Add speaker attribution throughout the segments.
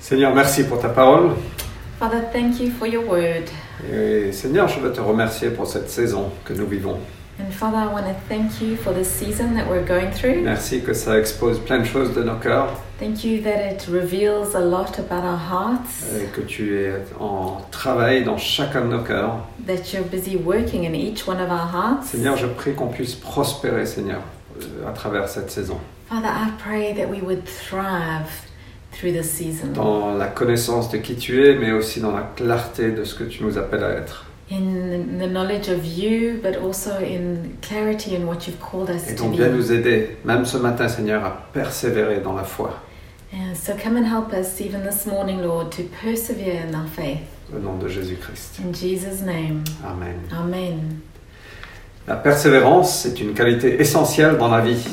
Speaker 1: Seigneur, merci pour ta parole.
Speaker 2: Father, thank you for your word.
Speaker 1: Et Seigneur, je veux te remercier pour cette saison que nous vivons.
Speaker 2: And Father, I want to thank you for the season that we're going through.
Speaker 1: Merci que ça expose plein de choses de nos cœurs
Speaker 2: Thank you that it reveals a lot about our hearts,
Speaker 1: et que tu es en travail dans chacun de nos cœurs.
Speaker 2: that you're busy working in each one of our hearts.
Speaker 1: Seigneur, je prie qu'on puisse prospérer, Seigneur, euh, à travers cette saison,
Speaker 2: Father, I pray that we would thrive through this season
Speaker 1: dans la connaissance de qui tu es, mais aussi dans la clarté de ce que tu nous appelles à être.
Speaker 2: in the knowledge of you, but also in clarity in what you've called us
Speaker 1: Et
Speaker 2: to
Speaker 1: donc viens
Speaker 2: be.
Speaker 1: nous aider, même ce matin, Seigneur, à persévérer dans la foi.
Speaker 2: And so come and help us even this morning, Lord, to persevere in our faith.
Speaker 1: Au nom de Jésus-Christ.
Speaker 2: In Jesus' name,
Speaker 1: Amen.
Speaker 2: Amen.
Speaker 1: La persévérance est une qualité essentielle dans la vie,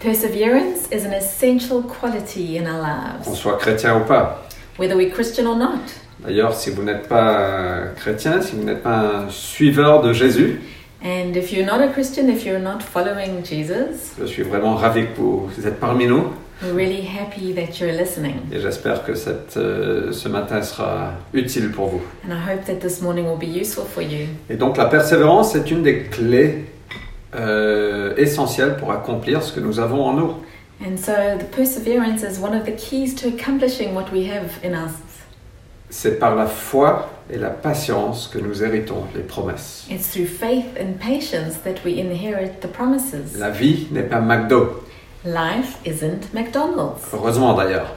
Speaker 2: Perseverance is an essential quality in our
Speaker 1: qu'on
Speaker 2: lives,
Speaker 1: soit chrétien ou pas.
Speaker 2: whether we're Christian or not.
Speaker 1: D'ailleurs, si vous n'êtes pas euh, chrétien, si vous n'êtes pas un suiveur de Jésus,
Speaker 2: And if you're not a Christian, if you're not following Jesus,
Speaker 1: je suis vraiment ravi que vous êtes parmi nous
Speaker 2: we're really happy that you're listening.
Speaker 1: et j'espère que cette, euh, ce matin sera utile pour vous.
Speaker 2: And I hope that this morning will be useful for you.
Speaker 1: Et donc la persévérance est une des clés euh, essentielles pour accomplir ce que nous avons en nous.
Speaker 2: And so, the perseverance is one of the keys to accomplishing what we have in us.
Speaker 1: C'est par la foi et la patience que nous héritons les promesses.
Speaker 2: It's through faith and patience that we inherit the promises.
Speaker 1: La vie n'est pas McDo,
Speaker 2: Life isn't McDonald's,
Speaker 1: heureusement d'ailleurs.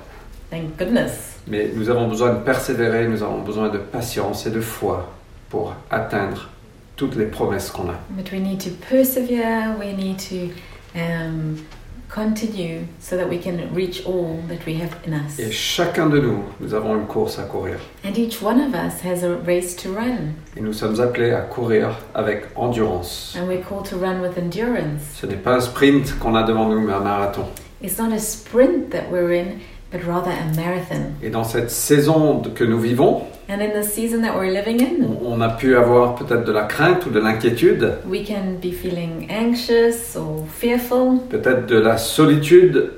Speaker 2: thank goodness.
Speaker 1: Mais nous avons besoin de persévérer, nous avons besoin de patience et de foi pour atteindre toutes les promesses qu'on a.
Speaker 2: But we need to persevere, we need to um, continue so that we can reach all that we have in us.
Speaker 1: Et chacun de nous, nous avons une course à courir.
Speaker 2: And each one of us has a race to run,
Speaker 1: Et nous sommes appelés à courir avec endurance.
Speaker 2: and we're called to run with endurance.
Speaker 1: Ce n'est pas un sprint qu'on a devant nous, mais un marathon.
Speaker 2: It's not a sprint that we're in, but rather a marathon.
Speaker 1: Et dans cette saison de- que nous vivons,
Speaker 2: And in the season that we're living in,
Speaker 1: on on a pu avoir peut-être de la crainte ou de l'inquiétude,
Speaker 2: we can be feeling anxious or fearful,
Speaker 1: peut-être de la solitude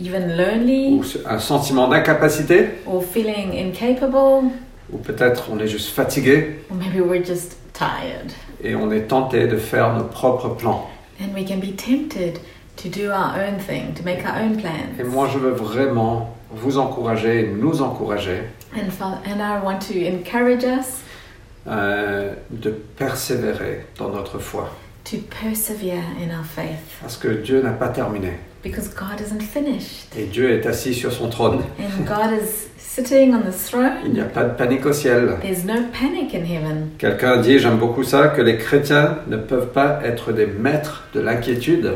Speaker 2: even lonely,
Speaker 1: ou s- un sentiment d'incapacité,
Speaker 2: or feeling incapable,
Speaker 1: ou peut-être on est juste fatigué
Speaker 2: or maybe we're just tired.
Speaker 1: et on est tenté de faire nos propres plans.
Speaker 2: And we can be tempted to do our own thing, to make our own plans.
Speaker 1: Et moi, je veux vraiment vous encourager, nous encourager
Speaker 2: And, fa- and I want to encourage us
Speaker 1: euh, de persévérer dans notre foi.
Speaker 2: to persevere in our faith
Speaker 1: Parce que Dieu n'a pas terminé.
Speaker 2: because God isn't finished.
Speaker 1: Et Dieu est assis sur son trône.
Speaker 2: And God is sitting on the
Speaker 1: Il n'y a
Speaker 2: throne.
Speaker 1: pas de panique au ciel.
Speaker 2: There's no panic in heaven.
Speaker 1: Quelqu'un dit, j'aime beaucoup ça, que les chrétiens ne peuvent pas être des maîtres de l'inquiétude.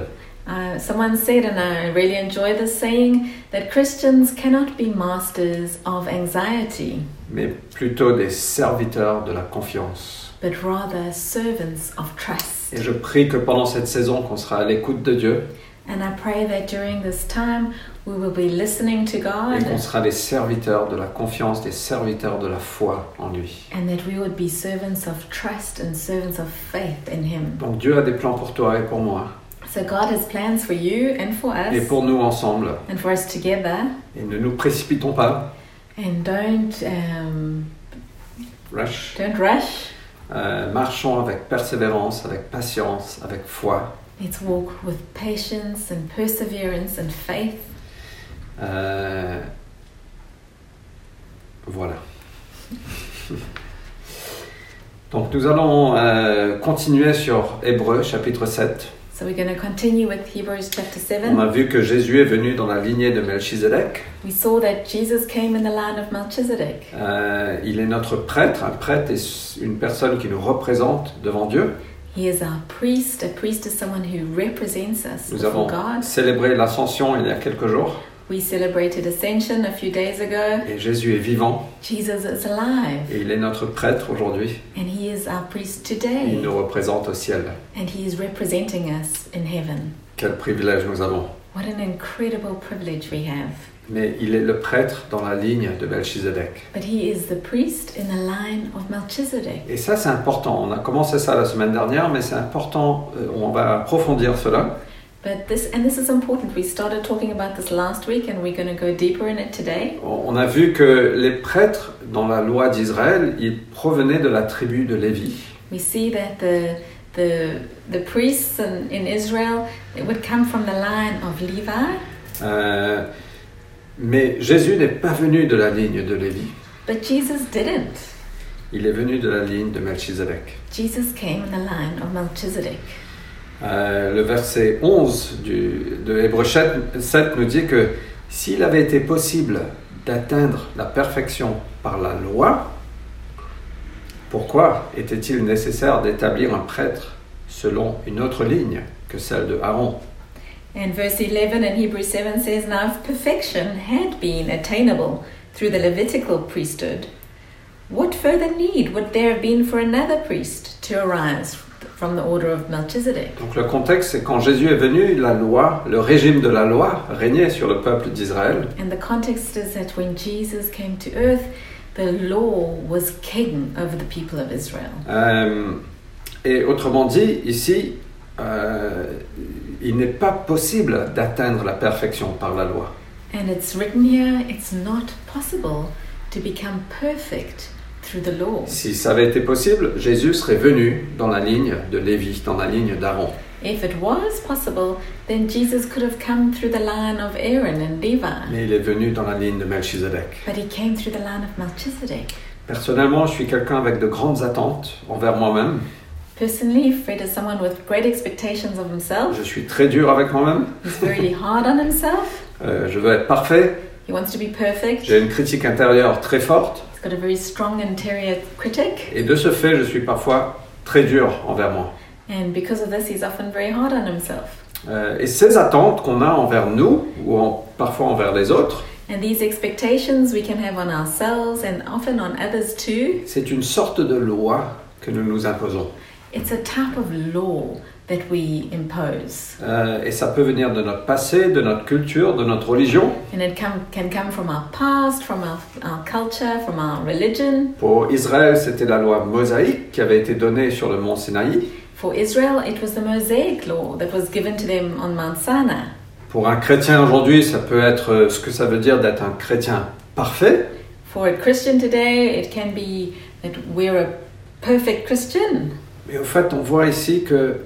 Speaker 2: Uh, someone said, and I really enjoy this saying, that Christians cannot be masters of anxiety,
Speaker 1: mais plutôt des serviteurs de la confiance.
Speaker 2: but rather servants of trust.
Speaker 1: Et je prie que pendant cette saison, qu'on sera à l'écoute de Dieu
Speaker 2: And I pray that during this time we will be listening to
Speaker 1: et
Speaker 2: God
Speaker 1: qu'on sera des serviteurs de la confiance, des serviteurs de la foi en lui.
Speaker 2: and that we would be servants of trust and servants of faith in Him.
Speaker 1: Donc Dieu a des plans pour toi et pour moi,
Speaker 2: So God has plans for you and for us
Speaker 1: et pour nous ensemble.
Speaker 2: and for us together.
Speaker 1: Et ne nous précipitons pas,
Speaker 2: And don't um,
Speaker 1: rush.
Speaker 2: don't rush.
Speaker 1: Euh, marchons avec persévérance, avec patience, avec foi,
Speaker 2: Let's walk with patience and perseverance and faith.
Speaker 1: Euh, voilà. Donc nous allons euh, continuer sur Hébreu chapitre 7.
Speaker 2: So we're going to continue with Hebrews chapter
Speaker 1: On
Speaker 2: seven.
Speaker 1: a vu que Jésus est venu dans la lignée de Melchizedek.
Speaker 2: We saw that Jesus came in the line of Melchizedek.
Speaker 1: Euh, il est notre prêtre. Un prêtre est une personne qui nous représente devant Dieu.
Speaker 2: He is our priest. A priest is someone who represents us
Speaker 1: Nous
Speaker 2: before
Speaker 1: avons
Speaker 2: God.
Speaker 1: célébré l'ascension il y a quelques jours
Speaker 2: We celebrated Ascension a few days ago.
Speaker 1: et Jésus est vivant
Speaker 2: Jesus is alive,
Speaker 1: et il est notre prêtre aujourd'hui.
Speaker 2: and He is our priest
Speaker 1: Il
Speaker 2: today,
Speaker 1: nous représente au ciel.
Speaker 2: and He is representing us in heaven.
Speaker 1: Quel privilège nous avons.
Speaker 2: What an incredible privilege we have.
Speaker 1: Mais il est le prêtre dans la ligne de Melchizedek.
Speaker 2: But he is the priest in the line of Melchizedek.
Speaker 1: Et ça, c'est important. On a commencé ça la semaine dernière, mais c'est important. euh, On va approfondir cela.
Speaker 2: But this, and this is important, we started talking about this last week and we're going to go deeper in it today.
Speaker 1: On on a vu que les prêtres, dans la loi d'Israël, ils provenaient de la tribu de Lévi.
Speaker 2: We see that the, the, the priests in, in Israel it would come from the line of Levi,
Speaker 1: Euh, mais Jésus n'est pas venu de la ligne de Lévi,
Speaker 2: but Jesus didn't.
Speaker 1: il est venu de la ligne de Melchizedek.
Speaker 2: Jesus came in the line of Melchizedek.
Speaker 1: Euh, le verset 11 du- de Hébreux 7 7 nous dit que s'il avait été possible d'atteindre la perfection par la loi, pourquoi était-il nécessaire d'établir un prêtre selon une autre ligne que celle de Aaron
Speaker 2: And verse 11 in Hebrews 7 says, Now if perfection had been attainable through the Levitical priesthood, what further need would there have been for another priest to arise from the order of Melchizedek?
Speaker 1: Donc le contexte, c'est quand Jésus est venu, la loi, le régime de la loi régnait sur le peuple d'Israël.
Speaker 2: And the context is that when Jesus came to earth, the law was king over the people of Israel.
Speaker 1: Euh, et autrement dit, ici, euh, il n'est pas possible d'atteindre la perfection par la loi.
Speaker 2: And it's written here, it's not possible to become perfect through the law.
Speaker 1: Si ça avait été possible, Jésus serait venu dans la ligne de Lévi, dans la ligne d'Aaron.
Speaker 2: If it was possible, then Jesus could have come through the line of Aaron and Levi.
Speaker 1: Mais il est venu dans la ligne de Melchizedek.
Speaker 2: But he came through the line of Melchizedek.
Speaker 1: Personnellement, je suis quelqu'un avec de grandes attentes envers moi-même.
Speaker 2: Personally, Fred is someone with great expectations of himself.
Speaker 1: Je suis très dur avec moi-même.
Speaker 2: He's very hard on himself.
Speaker 1: Euh, je veux être parfait.
Speaker 2: He wants to be perfect.
Speaker 1: J'ai une critique intérieure très forte.
Speaker 2: He's got a very strong interior critic.
Speaker 1: Et de ce fait, je suis parfois très dur envers moi.
Speaker 2: And because of this, he's often very hard on himself.
Speaker 1: Euh, et ces attentes qu'on a envers nous, ou en- parfois envers les autres,
Speaker 2: And these expectations we can have on ourselves and often on others too.
Speaker 1: c'est une sorte de loi que nous nous imposons.
Speaker 2: It's a type of law that we impose.
Speaker 1: Euh, et ça peut venir de notre passé, de notre culture, de notre religion.
Speaker 2: And it come, can come from our past, from our, our culture, from our religion.
Speaker 1: Pour Israël, c'était la loi mosaïque qui avait été donnée sur le mont Sinaï.
Speaker 2: For Israel, it was the Mosaic law that was given to them on Mount Sinai.
Speaker 1: Pour un chrétien aujourd'hui, ça peut être euh, ce que ça veut dire d'être un chrétien parfait.
Speaker 2: For a Christian today, it can be that we're a perfect Christian.
Speaker 1: Mais au fait, on voit ici que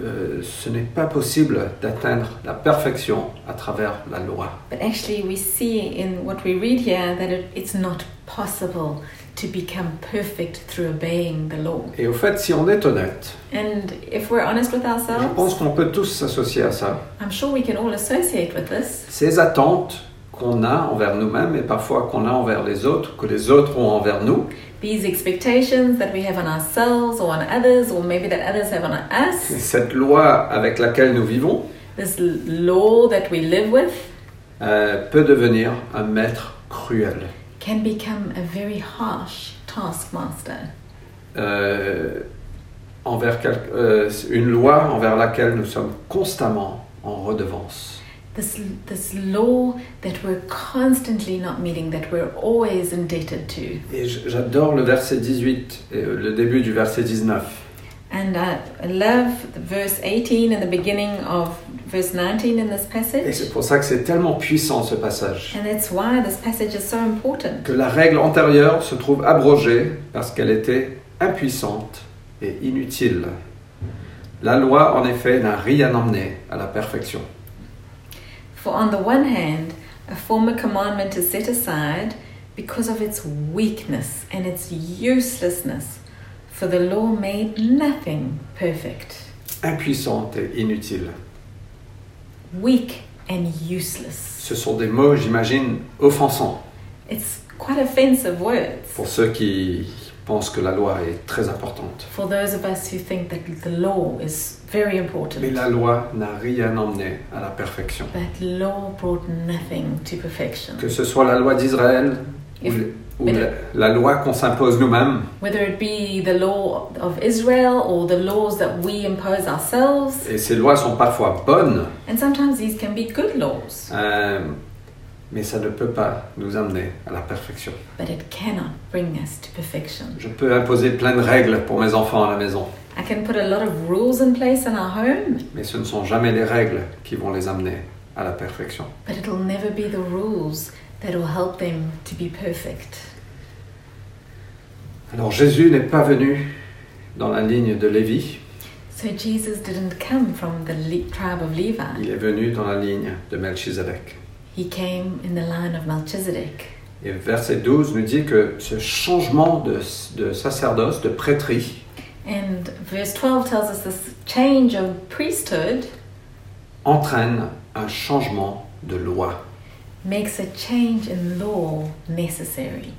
Speaker 1: euh, ce n'est pas possible d'atteindre la perfection à travers la loi.
Speaker 2: But actually, we see in what we read here that it, it's not possible to become perfect through obeying the law.
Speaker 1: Et au fait, si on est honnête,
Speaker 2: And if we're honest with
Speaker 1: je pense
Speaker 2: ourselves,
Speaker 1: qu'on peut tous s'associer à ça.
Speaker 2: I'm sure we can all associate with this.
Speaker 1: Ces attentes qu'on a envers nous-mêmes et parfois qu'on a envers les autres, que les autres ont envers nous,
Speaker 2: These expectations that we have on ourselves or on others, or maybe that others have on
Speaker 1: et
Speaker 2: us,
Speaker 1: cette loi avec laquelle nous vivons,
Speaker 2: this l- law that we live with,
Speaker 1: euh, peut devenir un maître cruel.
Speaker 2: can become a very harsh taskmaster.
Speaker 1: Euh, envers quel- euh, une loi envers laquelle nous sommes constamment en redevance.
Speaker 2: This, this law that we're constantly not meeting, that we're always indebted to.
Speaker 1: Et j- j'adore le verset 18, et euh, le début du verset 19.
Speaker 2: And I love verse 18 and the beginning of verse 19 in this
Speaker 1: Et c'est
Speaker 2: passage.
Speaker 1: pour ça que c'est tellement puissant ce passage.
Speaker 2: And that's why this passage is so important.
Speaker 1: que la règle antérieure se trouve abrogée parce qu'elle était impuissante et inutile. La loi, en effet, n'a rien emmené à la perfection.
Speaker 2: For on the one hand, a former commandment is set aside because of its weakness and its uselessness, for the law made nothing perfect.
Speaker 1: Impuissante et inutile.
Speaker 2: Weak and useless.
Speaker 1: Ce sont des mots, j'imagine, offensants
Speaker 2: It's quite offensive words
Speaker 1: pour ceux qui pensent que la loi est très importante.
Speaker 2: for those of us who think that the law is very important.
Speaker 1: Mais la loi n'a rien emmené à la perfection.
Speaker 2: But law brought nothing to perfection.
Speaker 1: Que ce soit la loi d'Israël ou, le- ou la, la loi qu'on s'impose nous-mêmes,
Speaker 2: Whether it be the law of Israel or the laws that we impose ourselves,
Speaker 1: et ces lois sont parfois bonnes,
Speaker 2: and sometimes these can be good laws,
Speaker 1: Euh, mais ça ne peut pas nous amener à la perfection.
Speaker 2: but it cannot bring us to perfection.
Speaker 1: Je peux imposer plein de règles pour mes enfants à la maison.
Speaker 2: I can put a lot of rules in place in our home,
Speaker 1: Mais ce ne sont jamais les règles qui vont les amener à la perfection.
Speaker 2: but it'll never be the rules that will help them to be perfect.
Speaker 1: Alors Jésus n'est pas venu dans la ligne de Lévi,
Speaker 2: So Jesus didn't come from the Le- tribe of Levi.
Speaker 1: il est venu dans la ligne de Melchizedek.
Speaker 2: He came in the line of Melchizedek.
Speaker 1: Et verset 12 nous dit que ce changement de, de sacerdoce, de prêtrie,
Speaker 2: And verse 12 tells us this change of priesthood
Speaker 1: entraîne un changement de loi.
Speaker 2: makes a change in law necessary.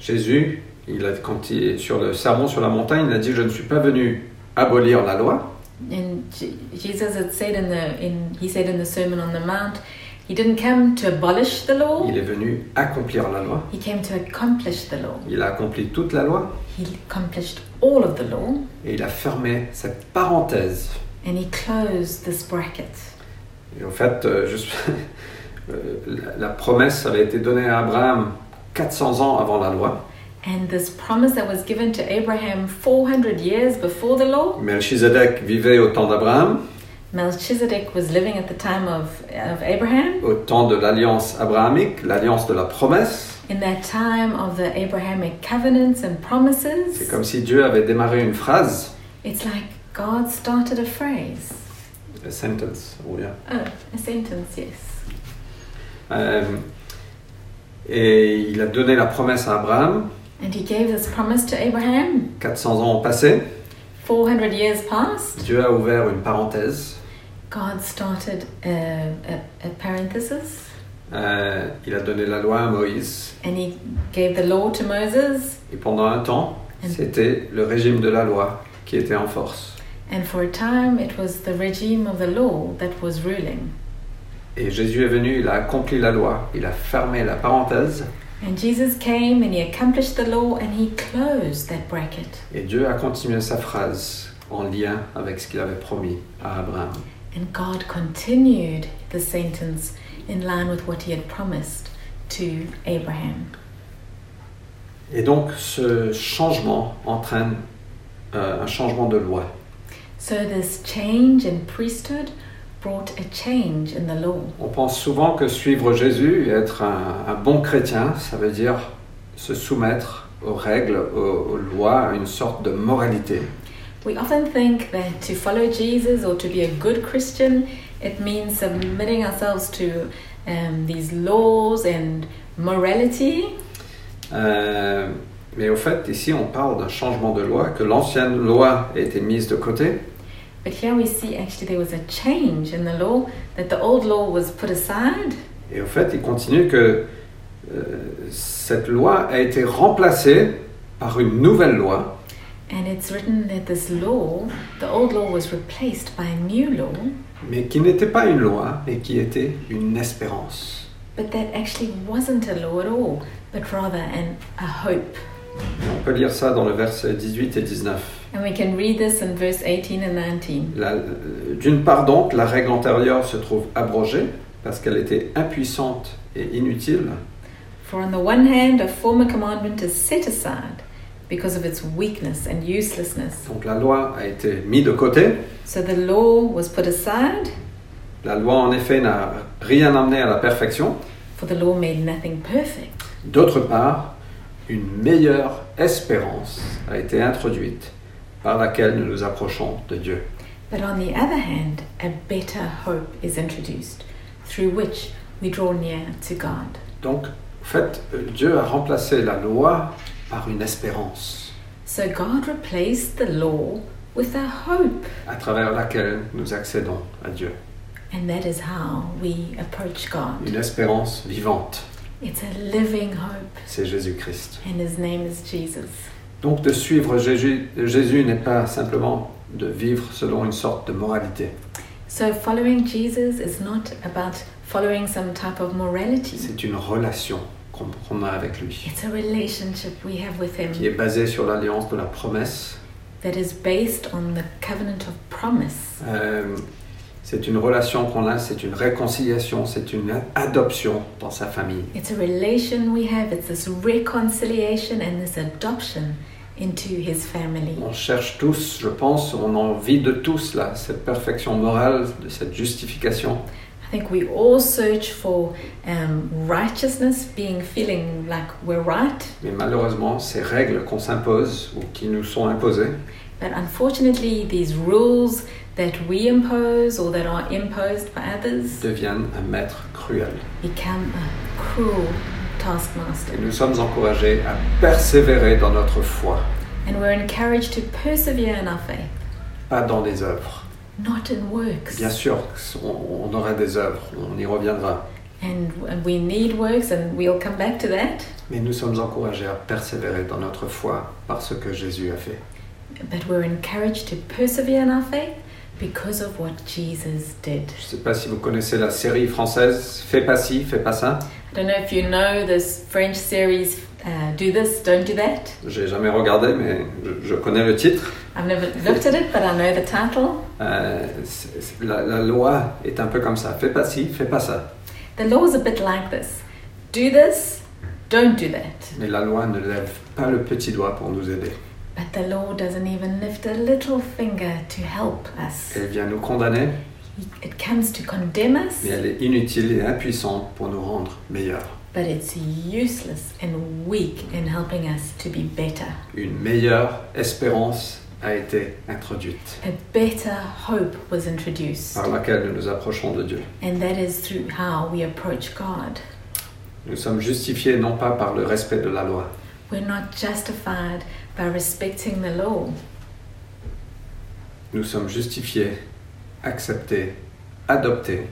Speaker 1: Jésus, il a, quand il, sur le sermon sur la montagne, il a dit Je ne suis pas venu abolir la loi,
Speaker 2: And Je- Jesus had said in the in he said in the Sermon on the Mount, he didn't come to abolish the law.
Speaker 1: il est venu accomplir la loi.
Speaker 2: He came to accomplish the law.
Speaker 1: Il a accompli toute la loi
Speaker 2: He accomplished all of the law
Speaker 1: et il a fermé cette parenthèse.
Speaker 2: and he closed this bracket.
Speaker 1: Et en fait, euh, je suis- euh, la- la promesse avait été donnée à Abraham 400 ans avant la loi.
Speaker 2: And this promise that was given to Abraham 400 years before the law,
Speaker 1: Melchizedek vivait au temps d'Abraham,
Speaker 2: Melchizedek was living at the time of, of Abraham,
Speaker 1: au temps de l'alliance abrahamique, l'alliance de la promesse.
Speaker 2: in that time of the Abrahamic covenants and promises.
Speaker 1: C'est comme si Dieu avait démarré une phrase,
Speaker 2: It's like God started a phrase.
Speaker 1: a sentence, ou bien.
Speaker 2: Oh, a sentence, yes.
Speaker 1: Euh, et il a donné la promesse à Abraham.
Speaker 2: And he gave this promise to Abraham.
Speaker 1: 400 ans ont passé.
Speaker 2: 400 years passed.
Speaker 1: Dieu a ouvert une parenthèse.
Speaker 2: God started a, a, a parenthesis
Speaker 1: Euh, il a donné la loi à Moïse.
Speaker 2: and he gave the law to Moses.
Speaker 1: Et pendant un temps, c'était le régime de la loi qui était en force.
Speaker 2: And for a time, it was the regime of the law that was ruling.
Speaker 1: Et Jésus est venu, il a accompli la loi, il a fermé la parenthèse.
Speaker 2: And Jesus came and he accomplished the law and he closed that bracket.
Speaker 1: Et Dieu a continué sa phrase en lien avec ce qu'il avait promis à Abraham.
Speaker 2: And God continued the sentence in line with what he had promised to Abraham.
Speaker 1: Et donc ce changement entraîne euh, un changement de loi.
Speaker 2: So this change in priesthood brought a change in the law.
Speaker 1: On pense souvent que suivre Jésus et être un, un bon chrétien, ça veut dire se soumettre aux règles, aux, aux lois, à une sorte de moralité.
Speaker 2: We often think that to follow Jesus or to be a good Christian, it means submitting ourselves to um, these laws and morality.
Speaker 1: Euh, mais au fait, ici, on parle d'un changement de loi, que l'ancienne loi a été mise de côté
Speaker 2: But here we see actually there was a change in the law, that the old law was put aside.
Speaker 1: Et au fait, il continue que euh, cette loi a été remplacée par une nouvelle loi
Speaker 2: And it's written that this law, the old law, was replaced by a new law,
Speaker 1: mais qui n'était pas une loi, mais qui était une espérance.
Speaker 2: but that actually wasn't a law at all, but rather an, a hope.
Speaker 1: Et on peut lire ça dans le verset 18 et 19.
Speaker 2: And we can read this in verse 18 and 19.
Speaker 1: La- euh, D'une part donc, la règle antérieure se trouve abrogée parce qu'elle était impuissante et inutile,
Speaker 2: For on the one hand, a former commandment is set aside because of its weakness and uselessness.
Speaker 1: donc la loi a été mise de côté.
Speaker 2: So the law was put aside,
Speaker 1: La loi en effet n'a rien amené à la perfection.
Speaker 2: for the law made nothing perfect.
Speaker 1: D'autre part, une meilleure espérance a été introduite par laquelle nous nous approchons de Dieu.
Speaker 2: But on the other hand, a better hope is introduced through which we draw near to God.
Speaker 1: Donc, en fait, Dieu a remplacé la loi par une espérance
Speaker 2: So God replaced the law with a hope,
Speaker 1: à travers laquelle nous accédons à Dieu.
Speaker 2: and that is how we approach God.
Speaker 1: Une espérance vivante,
Speaker 2: It's a living hope,
Speaker 1: c'est Jésus-Christ.
Speaker 2: and his name is Jesus.
Speaker 1: Donc, de suivre Jésus, Jésus n'est pas simplement de vivre selon une sorte de moralité.
Speaker 2: So following Jesus is not about following some type of morality.
Speaker 1: C'est une relation qu'on qu'on a avec lui,
Speaker 2: It's a relationship we have with
Speaker 1: qui est
Speaker 2: him
Speaker 1: basée sur l'alliance de la promesse
Speaker 2: that is based on the covenant of promise.
Speaker 1: Euh, c'est une relation qu'on a, c'est une réconciliation, c'est une adoption dans sa famille.
Speaker 2: It's a relation we have, it's this reconciliation and this adoption into his family.
Speaker 1: On cherche tous, je pense, on en vit de tous là, cette perfection morale, de cette justification.
Speaker 2: I think we all search for um, righteousness, being feeling like we're right,
Speaker 1: Mais malheureusement, ces règles qu'on s'impose ou qui nous sont imposées
Speaker 2: but unfortunately, these rules that we impose or that are imposed by others
Speaker 1: deviennent un maître cruel.
Speaker 2: become a cruel taskmaster.
Speaker 1: Et nous sommes encouragés à persévérer dans notre foi,
Speaker 2: And we're encouraged to persevere in our faith,
Speaker 1: pas dans des œuvres.
Speaker 2: not in works.
Speaker 1: Bien sûr, on, on aura des œuvres, on y reviendra.
Speaker 2: And, and we need works, and we'll come back to that.
Speaker 1: Mais nous sommes encouragés à persévérer dans notre foi parce que Jésus a fait.
Speaker 2: But we're encouraged to persevere in our faith because of what Jesus did.
Speaker 1: Je ne sais pas si vous connaissez la série française Fais pas ci, fais pas ça.
Speaker 2: I don't know if you know this French series, uh, Do This, Don't Do That.
Speaker 1: J'ai jamais regardé, mais je, je connais le titre.
Speaker 2: I've never looked at it, but I know the title.
Speaker 1: Euh, c'est- c'est- la, la loi est un peu comme ça. Fais pas ci, fais pas ça.
Speaker 2: The law is a bit like this Do this, don't do that.
Speaker 1: Mais la loi ne lève pas le petit doigt pour nous aider.
Speaker 2: But the law doesn't even lift a little finger to help us.
Speaker 1: Elle vient nous condamner,
Speaker 2: It comes to condemn us,
Speaker 1: mais elle est inutile et impuissante pour nous rendre meilleurs.
Speaker 2: but it's useless and weak in helping us to be better.
Speaker 1: Une meilleure espérance a été introduite
Speaker 2: A better hope was introduced,
Speaker 1: par laquelle nous nous approchons de Dieu.
Speaker 2: and that is through how we approach God.
Speaker 1: Nous sommes justifiés non pas par le respect de la loi,
Speaker 2: We're not justified by respecting the law.
Speaker 1: nous sommes justifiés, acceptés, adoptés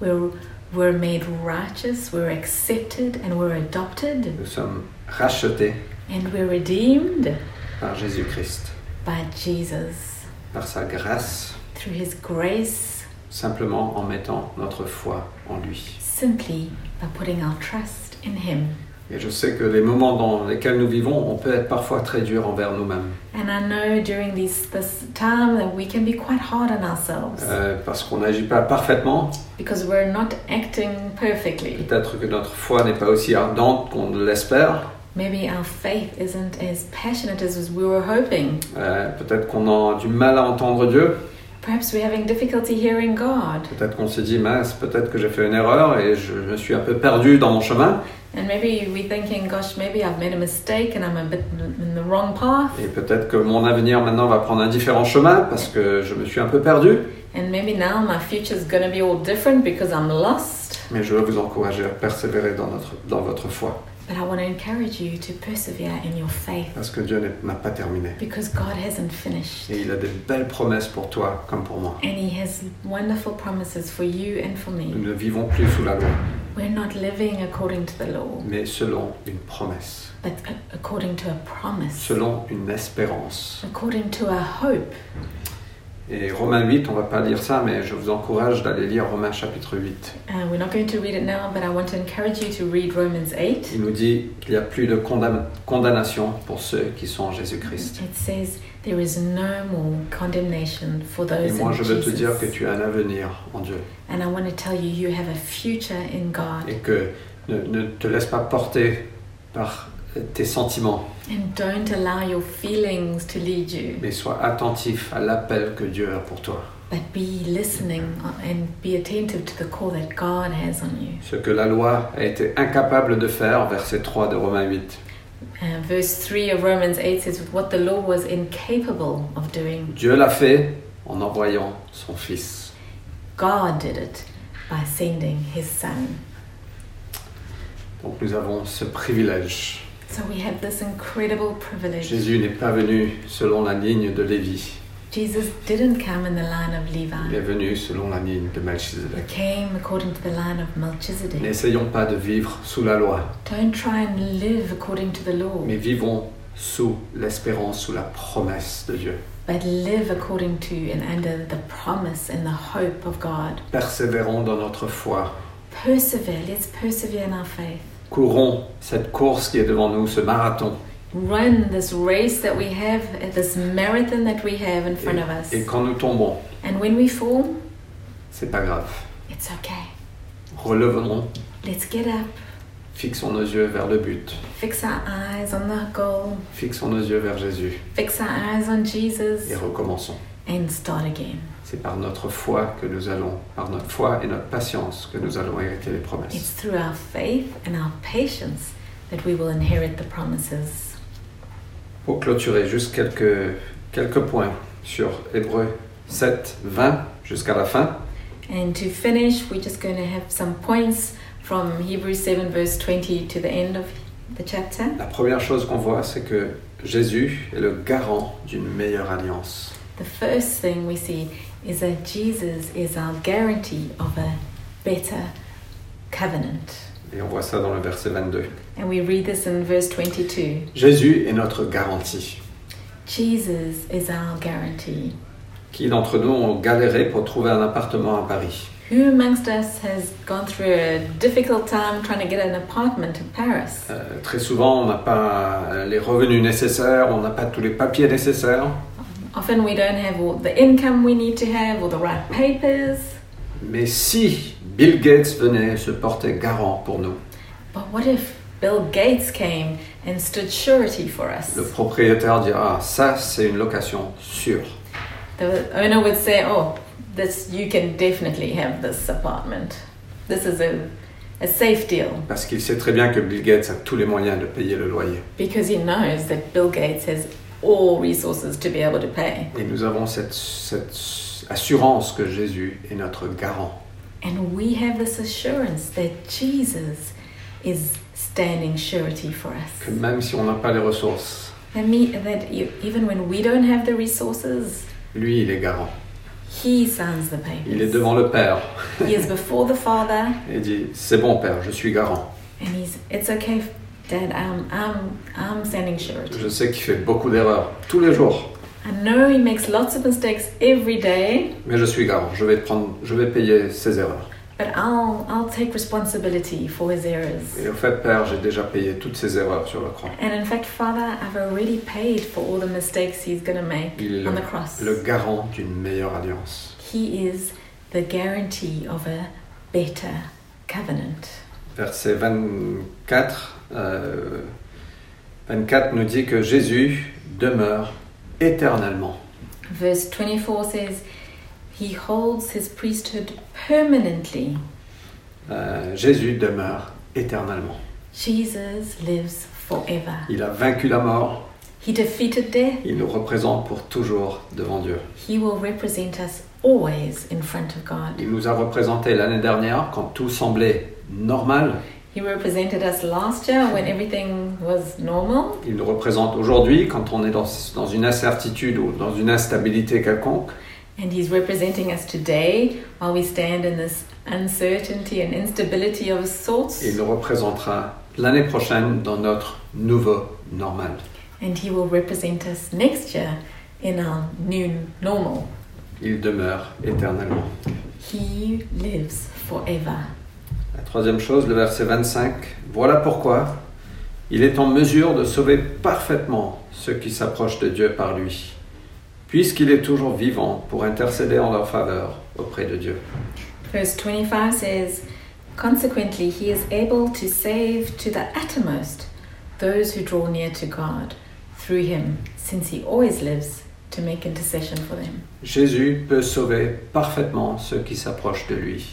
Speaker 2: We're, we're made righteous, we're accepted, and we're adopted,
Speaker 1: Nous sommes rachetés
Speaker 2: and we're redeemed
Speaker 1: par Jésus-Christ,
Speaker 2: by Jesus
Speaker 1: par sa grâce,
Speaker 2: through his grace,
Speaker 1: simplement en mettant notre foi en lui.
Speaker 2: simply by putting our trust in him.
Speaker 1: Et je sais que les moments dans lesquels nous vivons, on peut être parfois très dur envers nous-mêmes,
Speaker 2: And I know during these, this time that we can be quite hard on ourselves
Speaker 1: Euh, parce qu'on n'agit pas parfaitement.
Speaker 2: because we're not acting perfectly.
Speaker 1: Peut-être que notre foi n'est pas aussi ardente qu'on ne l'espère.
Speaker 2: Maybe our faith isn't as passionate as we were hoping.
Speaker 1: Euh, peut-être qu'on a du mal à entendre Dieu.
Speaker 2: Perhaps we're having difficulty hearing God.
Speaker 1: Peut-être qu'on se dit mince, peut-être que j'ai fait une erreur et je me suis un peu perdu dans mon chemin.
Speaker 2: And maybe we're thinking, gosh, maybe I've made a mistake and I'm a bit in the wrong path.
Speaker 1: Et peut-être que mon avenir maintenant va prendre un différent chemin parce que je me suis un peu perdu.
Speaker 2: And maybe now my future's going to be all different because I'm lost.
Speaker 1: Mais je veux vous encourager à persévérer dans, notre, dans votre foi,
Speaker 2: But I want to encourage you to persevere in your faith
Speaker 1: parce que Dieu n'est- n'a pas terminé.
Speaker 2: because God hasn't finished.
Speaker 1: Et il a des belles promesses pour toi comme pour moi.
Speaker 2: And He has wonderful promises for you and for
Speaker 1: Nous
Speaker 2: me.
Speaker 1: ne vivons plus sous la loi,
Speaker 2: We're not living according to the law,
Speaker 1: mais selon une promesse,
Speaker 2: but a- according to a promise,
Speaker 1: selon une espérance.
Speaker 2: according to a hope.
Speaker 1: Et Romains 8, on va pas lire ça, mais je vous encourage d'aller lire Romains chapitre 8.
Speaker 2: Uh, we're not going to read it now, but I want to encourage you to read Romans 8.
Speaker 1: Il nous dit qu'il n'y a plus de condam- condamnation pour ceux qui sont en Jésus-Christ.
Speaker 2: It says there is no more condemnation for
Speaker 1: Et
Speaker 2: those
Speaker 1: moi,
Speaker 2: in
Speaker 1: je veux te
Speaker 2: Jesus.
Speaker 1: dire que tu as un avenir en Dieu
Speaker 2: And I want to tell you, you have a future in God.
Speaker 1: et que ne- ne te laisse pas porter par tes sentiments.
Speaker 2: And don't allow your feelings to lead you,
Speaker 1: mais sois attentif à l'appel que Dieu a pour toi.
Speaker 2: but be listening and be attentive to the call that God has on you.
Speaker 1: Ce que la loi a été incapable de faire, verset 3 de Romains 8.
Speaker 2: Uh, verse 3 of Romans 8 says, What the law was incapable of doing,
Speaker 1: Dieu l'a fait en envoyant son Fils.
Speaker 2: God did it by sending his Son.
Speaker 1: Donc nous avons ce privilège.
Speaker 2: So we have this incredible privilege.
Speaker 1: Jésus n'est pas venu selon la ligne de Lévi,
Speaker 2: Jesus didn't come in the line of Levi.
Speaker 1: il est venu selon la ligne de Melchizedek.
Speaker 2: came according to the line of Melchizedek.
Speaker 1: N'essayons pas de vivre sous la loi,
Speaker 2: Don't try and live according to the law,
Speaker 1: mais vivons sous l'espérance, sous la promesse de Dieu.
Speaker 2: but live according to and under the promise and the hope of God.
Speaker 1: Persévérons dans notre foi,
Speaker 2: Persevere, let's persevere in our faith.
Speaker 1: courons cette course qui est devant nous, ce marathon,
Speaker 2: Run this race that we have, uh, this marathon that we have in front of us.
Speaker 1: et quand nous tombons,
Speaker 2: And when we fall,
Speaker 1: c'est pas grave.
Speaker 2: it's okay.
Speaker 1: relevons
Speaker 2: Let's get up
Speaker 1: Fixons nos yeux vers le but.
Speaker 2: Fix our eyes on the goal.
Speaker 1: Fixons nos yeux vers Jésus
Speaker 2: Fix our eyes on Jesus
Speaker 1: et recommençons.
Speaker 2: and start again.
Speaker 1: C'est par notre foi que nous allons, par notre foi et notre patience que nous allons hériter les
Speaker 2: It's
Speaker 1: promesses.
Speaker 2: through our faith and our patience that we will inherit the promises.
Speaker 1: Pour clôturer, juste quelques, quelques points sur Hébreu 7, 20 jusqu'à la fin.
Speaker 2: And to finish, we're just going to have some points from Hebrews 7, verse 20 to the end of the chapter.
Speaker 1: La première chose qu'on voit, c'est que Jésus est le garant d'une meilleure alliance.
Speaker 2: The first thing we see is that Jesus is our guarantee of a better covenant.
Speaker 1: Et on voit ça dans le verset 22.
Speaker 2: And we read this in verse 22.
Speaker 1: Jésus est notre garantie.
Speaker 2: Jesus is our guarantee.
Speaker 1: Qui d'entre nous ont galéré pour trouver un appartement à Paris
Speaker 2: Who amongst us has gone through a difficult time trying to get an apartment in Paris?
Speaker 1: Euh, Très souvent, on n'a pas euh, les revenus nécessaires, on n'a pas tous les papiers nécessaires,
Speaker 2: Often we don't have all the income we need to have or the right papers.
Speaker 1: Mais si Bill Gates venait se porter garant pour nous,
Speaker 2: But what if Bill Gates came and stood surety for us?
Speaker 1: le propriétaire dira ah, ça c'est une location sûre.
Speaker 2: The owner would say, "Oh, this you can definitely have this apartment. This is a a safe deal
Speaker 1: Parce qu'il sait très bien que Bill Gates a tous les moyens de payer le loyer.
Speaker 2: because he knows that Bill Gates has all resources to be able to pay."
Speaker 1: Et nous avons cette, cette assurance que Jésus est notre garant.
Speaker 2: And we have this assurance that Jesus is standing surety for
Speaker 1: Que
Speaker 2: us.
Speaker 1: même si on n'a pas les ressources,
Speaker 2: That me that e- even when we don't have the resources,
Speaker 1: lui il est garant.
Speaker 2: he signs the
Speaker 1: Il est
Speaker 2: papers.
Speaker 1: devant le Père
Speaker 2: He is before the Father,
Speaker 1: et dit c'est bon Père, je suis garant.
Speaker 2: and he's it's okay, Dad. I'm I'm I'm standing surety.
Speaker 1: Je sais qu'il fait beaucoup d'erreurs tous les jours,
Speaker 2: I know he makes lots of mistakes every day,
Speaker 1: mais je suis garant. Je vais prendre, je vais payer ses erreurs.
Speaker 2: but I'll I'll take responsibility for his errors.
Speaker 1: Et au fait Père, j'ai déjà payé toutes ses erreurs sur la croix.
Speaker 2: And in fact, Father, I've already paid for all the mistakes he's going to make
Speaker 1: Il est le,
Speaker 2: on the cross.
Speaker 1: le garant d'une meilleure alliance.
Speaker 2: He is the guarantee of a better covenant.
Speaker 1: Verset 24, euh, 24 nous dit que Jésus demeure éternellement.
Speaker 2: Verse 24 says, He holds his priesthood permanently.
Speaker 1: Euh, Jésus demeure éternellement.
Speaker 2: Jesus lives forever.
Speaker 1: Il a vaincu la mort,
Speaker 2: He defeated death.
Speaker 1: il nous représente pour toujours devant Dieu.
Speaker 2: He will represent us always in front of God.
Speaker 1: Il nous a représentés l'année dernière quand tout semblait normal.
Speaker 2: He represented us last year when everything was normal.
Speaker 1: Il nous représente aujourd'hui quand on est dans, dans une incertitude ou dans une instabilité quelconque.
Speaker 2: And he's representing us today while we stand in this uncertainty and instability of sorts.
Speaker 1: Il nous représentera l'année prochaine dans notre nouveau normal.
Speaker 2: And he will represent us next year in our new normal.
Speaker 1: Il demeure éternellement.
Speaker 2: He lives forever.
Speaker 1: La troisième chose, le verset 25. Voilà pourquoi il est en mesure de sauver parfaitement ceux qui s'approchent de Dieu par lui, puisqu'il est toujours vivant pour intercéder en leur faveur auprès de Dieu.
Speaker 2: Verse 25 says, Consequently, he is able to save to the uttermost those who draw near to God through him, since he always lives to make intercession for them.
Speaker 1: Jésus peut sauver parfaitement ceux qui s'approchent de lui,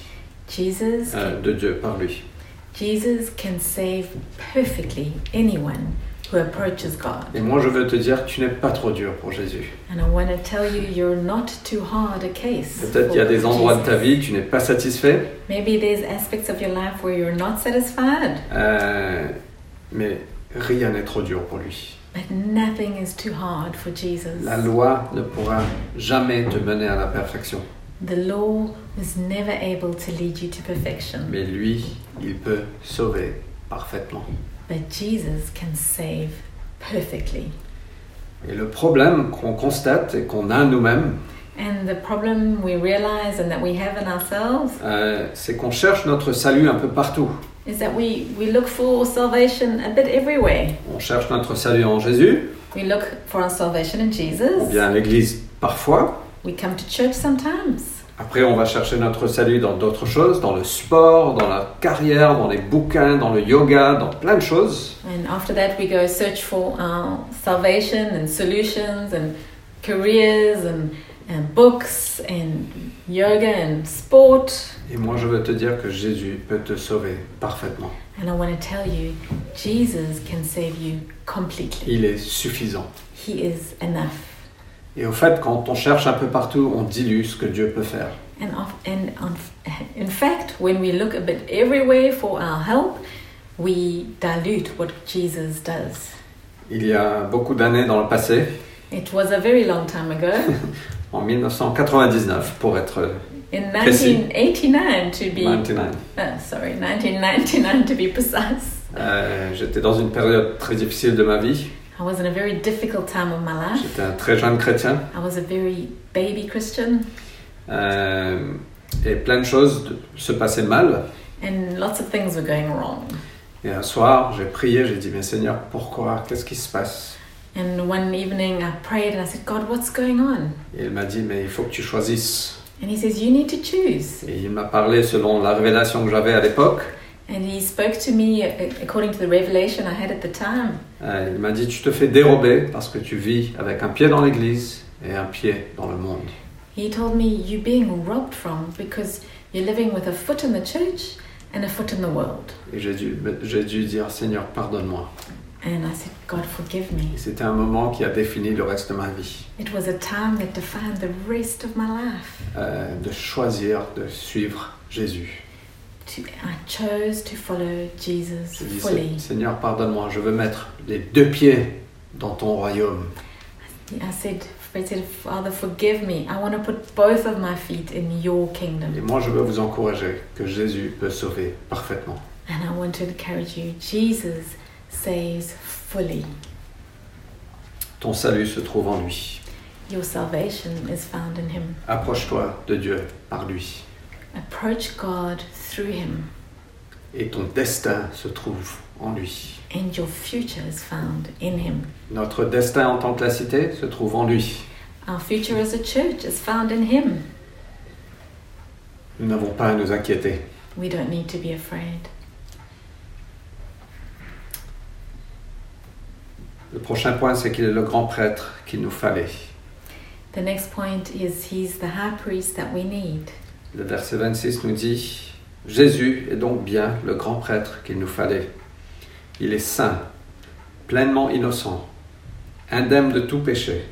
Speaker 2: Jesus,
Speaker 1: euh, de Dieu par lui.
Speaker 2: Jesus can save perfectly anyone who approaches God.
Speaker 1: Et moi, je veux te dire, tu n'es pas trop dur pour Jésus.
Speaker 2: And I want to tell you, you're not too hard a case.
Speaker 1: Peut-être qu'il y a
Speaker 2: for
Speaker 1: des endroits de ta
Speaker 2: Jesus.
Speaker 1: vie, tu n'es pas satisfait.
Speaker 2: Maybe there's aspects of your life where you're not satisfied,
Speaker 1: Euh, mais rien n'est trop dur pour lui.
Speaker 2: but nothing is too hard for Jesus.
Speaker 1: La loi ne pourra jamais te mener à la perfection.
Speaker 2: The law was never able to lead you to perfection,
Speaker 1: Mais lui, il peut sauver parfaitement.
Speaker 2: but Jesus can save perfectly.
Speaker 1: Et le problème qu'on constate et qu'on a nous-mêmes,
Speaker 2: And the problem we realize and that we have in ourselves
Speaker 1: euh, c'est qu'on cherche notre salut un peu partout.
Speaker 2: is that we, we look for salvation a bit everywhere.
Speaker 1: On cherche notre salut en Jésus,
Speaker 2: We look for our salvation in
Speaker 1: on
Speaker 2: Jesus.
Speaker 1: vient à l'église parfois,
Speaker 2: We come to church sometimes.
Speaker 1: Après, on va chercher notre salut dans d'autres choses, dans le sport, dans la carrière, dans les bouquins, dans le yoga, dans plein de choses.
Speaker 2: And after that, we go search for our salvation and solutions and careers and, and books and yoga and sport.
Speaker 1: Et moi, je veux te dire que Jésus peut te sauver parfaitement.
Speaker 2: And I want to tell you, Jesus can save you completely.
Speaker 1: Il est suffisant.
Speaker 2: He is enough.
Speaker 1: Et au fait, quand on cherche un peu partout, on dilue ce que Dieu peut faire.
Speaker 2: And, of, and of, in fact, when we look a bit everywhere for our help, we dilute what Jesus does.
Speaker 1: Il y a beaucoup d'années dans le passé,
Speaker 2: It was a very long time ago,
Speaker 1: en 1999 pour être
Speaker 2: in
Speaker 1: Chrissy.
Speaker 2: 1989 to be,
Speaker 1: 99,
Speaker 2: uh, sorry, 1999 to be precise.
Speaker 1: euh, j'étais dans une période très difficile de ma vie.
Speaker 2: I was in a very difficult time of my life.
Speaker 1: J'étais un très jeune chrétien
Speaker 2: I was a very baby Christian,
Speaker 1: euh, et plein de choses de- se passaient mal.
Speaker 2: and lots of things were going wrong.
Speaker 1: Et un soir, j'ai prié, j'ai dit, mais Seigneur, pourquoi Qu'est-ce qui se passe
Speaker 2: And one evening I prayed and I said, God, what's going on?
Speaker 1: Et il m'a dit, mais il faut que tu choisisses.
Speaker 2: And He says, You need to choose.
Speaker 1: Et il m'a parlé selon la révélation que j'avais à l'époque.
Speaker 2: And He spoke to me uh, according to the revelation I had at the time.
Speaker 1: Euh, il m'a dit, tu te fais dérober parce que tu vis avec un pied dans l'église et un pied dans le monde.
Speaker 2: He told me, You're being robbed from because you're living with a foot in the church and a foot in the world.
Speaker 1: Et j'ai dû, j'ai dû dire, Seigneur, pardonne-moi.
Speaker 2: And I said, God, forgive me.
Speaker 1: Et c'était un moment qui a défini le reste de ma vie.
Speaker 2: It was a time that defined the rest of my life.
Speaker 1: Euh, de choisir de suivre Jésus.
Speaker 2: To, I chose to follow Jesus
Speaker 1: J'ai dit,
Speaker 2: fully.
Speaker 1: Seigneur, pardonne-moi, je veux mettre les deux pieds dans ton royaume.
Speaker 2: I said, I said, Father, forgive me. I want to put both of my feet in your kingdom.
Speaker 1: Et moi, je veux vous encourager que Jésus peut sauver parfaitement.
Speaker 2: And I want to encourage you Jesus saves fully.
Speaker 1: Ton salut se trouve en lui.
Speaker 2: Your salvation is found in Him.
Speaker 1: Approche-toi de Dieu par lui.
Speaker 2: Approach God through Him,
Speaker 1: Et ton destin se trouve en lui.
Speaker 2: and your future is found in Him.
Speaker 1: Notre destin en tant que la cité se trouve en lui.
Speaker 2: Our future as a church is found in Him.
Speaker 1: Nous n'avons pas à nous inquiéter.
Speaker 2: We don't need to be afraid.
Speaker 1: Le prochain point, c'est qu'il est le grand prêtre qu'il nous fallait.
Speaker 2: The next point is He's the high priest that we need.
Speaker 1: Le verset 26 nous dit, Jésus est donc bien le grand prêtre qu'il nous fallait. Il est saint, pleinement innocent, indemne de tout péché,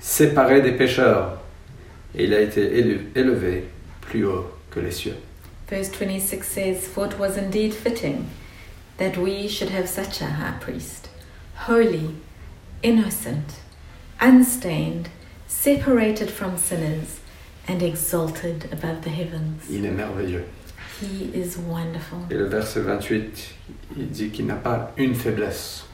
Speaker 1: séparé des pécheurs, et il a été élu- élevé plus haut que les cieux.
Speaker 2: Verse 26 says, For it was indeed fitting that we should have such a high priest, holy, innocent, unstained, separated from sinners, and exalted above the heavens.
Speaker 1: Il est merveilleux.
Speaker 2: He is wonderful.
Speaker 1: Et le verset 28, il dit qu'il n'a pas une faiblesse.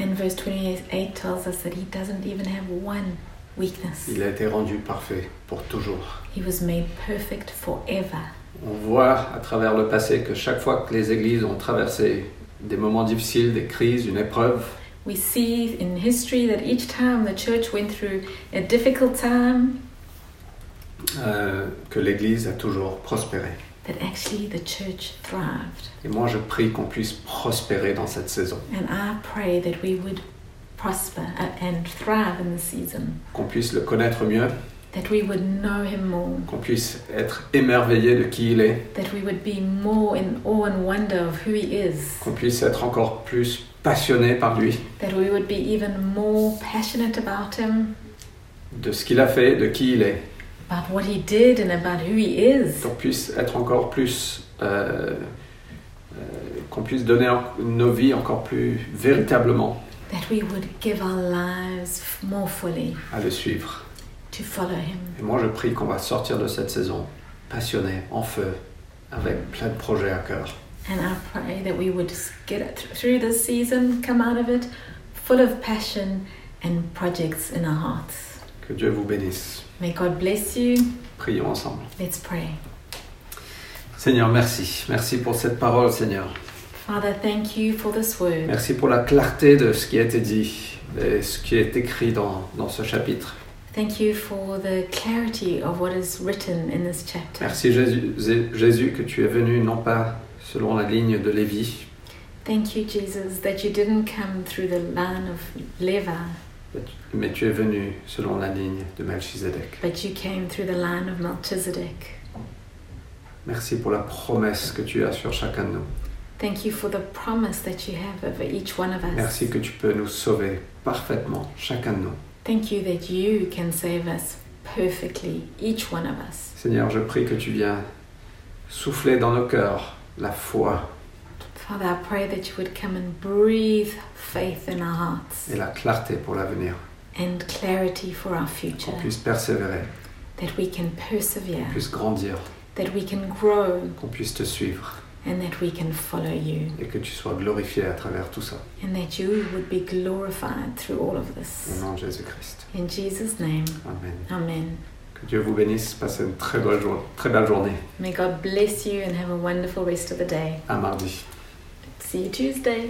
Speaker 2: And verse 28 tells us that he doesn't even have one weakness.
Speaker 1: Il a été rendu parfait pour toujours.
Speaker 2: He was made perfect forever.
Speaker 1: On voit à travers le passé que chaque fois que les églises ont traversé des moments difficiles, des crises, une épreuve,
Speaker 2: We see in history that each time the church went through a difficult time,
Speaker 1: euh, que l'Église a toujours prospéré.
Speaker 2: that actually the church thrived.
Speaker 1: Et moi, je prie qu'on puisse prospérer dans cette saison,
Speaker 2: And I pray that we would prosper a- and thrive in the season,
Speaker 1: qu'on puisse le connaître mieux,
Speaker 2: that we would know Him more,
Speaker 1: qu'on puisse être émerveillé de qui il est,
Speaker 2: that we would be more in awe and wonder of who He is,
Speaker 1: qu'on puisse être encore plus passionné par lui,
Speaker 2: that we would be even more passionate about Him,
Speaker 1: de ce qu'il a fait, de qui il est,
Speaker 2: about what He did and about who He is,
Speaker 1: qu'on puisse être encore plus... euh, euh, qu'on puisse donner en- nos vies encore plus véritablement
Speaker 2: that we would give our lives f- more fully
Speaker 1: à le suivre.
Speaker 2: to follow Him.
Speaker 1: Et moi, je prie qu'on va sortir de cette saison passionné, en feu, avec plein de projets à cœur.
Speaker 2: And I pray that we would s- get it th- through this season, come out of it full of passion and projects in our hearts.
Speaker 1: Que Dieu vous bénisse.
Speaker 2: May God bless you.
Speaker 1: Prions ensemble.
Speaker 2: Let's pray.
Speaker 1: Seigneur, merci. Merci pour cette parole, Seigneur.
Speaker 2: Father, thank you for this word.
Speaker 1: Merci pour la clarté de ce qui a été dit et ce qui est écrit dans, dans ce chapitre.
Speaker 2: Thank you for the clarity of what is written in this chapter.
Speaker 1: Merci Jésus, Zé- Jésus que tu es venu non pas selon la ligne de Lévi,
Speaker 2: Thank you, Jesus, that you didn't come through the line of Levi,
Speaker 1: mais tu es venu selon la ligne de Melchizedek.
Speaker 2: but you came through the line of Melchizedek.
Speaker 1: Merci pour la promesse que tu as sur chacun de nous.
Speaker 2: Thank you for the promise that you have over each one of us.
Speaker 1: Merci que tu peux nous sauver parfaitement, chacun de nous.
Speaker 2: Thank you that you can save us perfectly, each one of us.
Speaker 1: Seigneur, je prie que tu viens souffler dans nos cœurs la foi
Speaker 2: Father, I pray that you would come and breathe faith in our hearts
Speaker 1: et la clarté pour l'avenir,
Speaker 2: and clarity for our
Speaker 1: qu'on
Speaker 2: future,
Speaker 1: puisse persévérer,
Speaker 2: that we can
Speaker 1: qu'on
Speaker 2: persevere,
Speaker 1: puisse grandir,
Speaker 2: that we can grow,
Speaker 1: qu'on puisse te suivre
Speaker 2: and that we can follow you,
Speaker 1: et que tu sois glorifié à travers tout ça.
Speaker 2: and that you would be glorified through all of
Speaker 1: Au
Speaker 2: this.
Speaker 1: nom de Jésus-Christ.
Speaker 2: In Jesus' name,
Speaker 1: Amen.
Speaker 2: Amen.
Speaker 1: Que Dieu vous bénisse. Passez une très belle, jour- très belle journée.
Speaker 2: May God bless you and have a wonderful rest of the day.
Speaker 1: À mardi.
Speaker 2: See you Tuesday.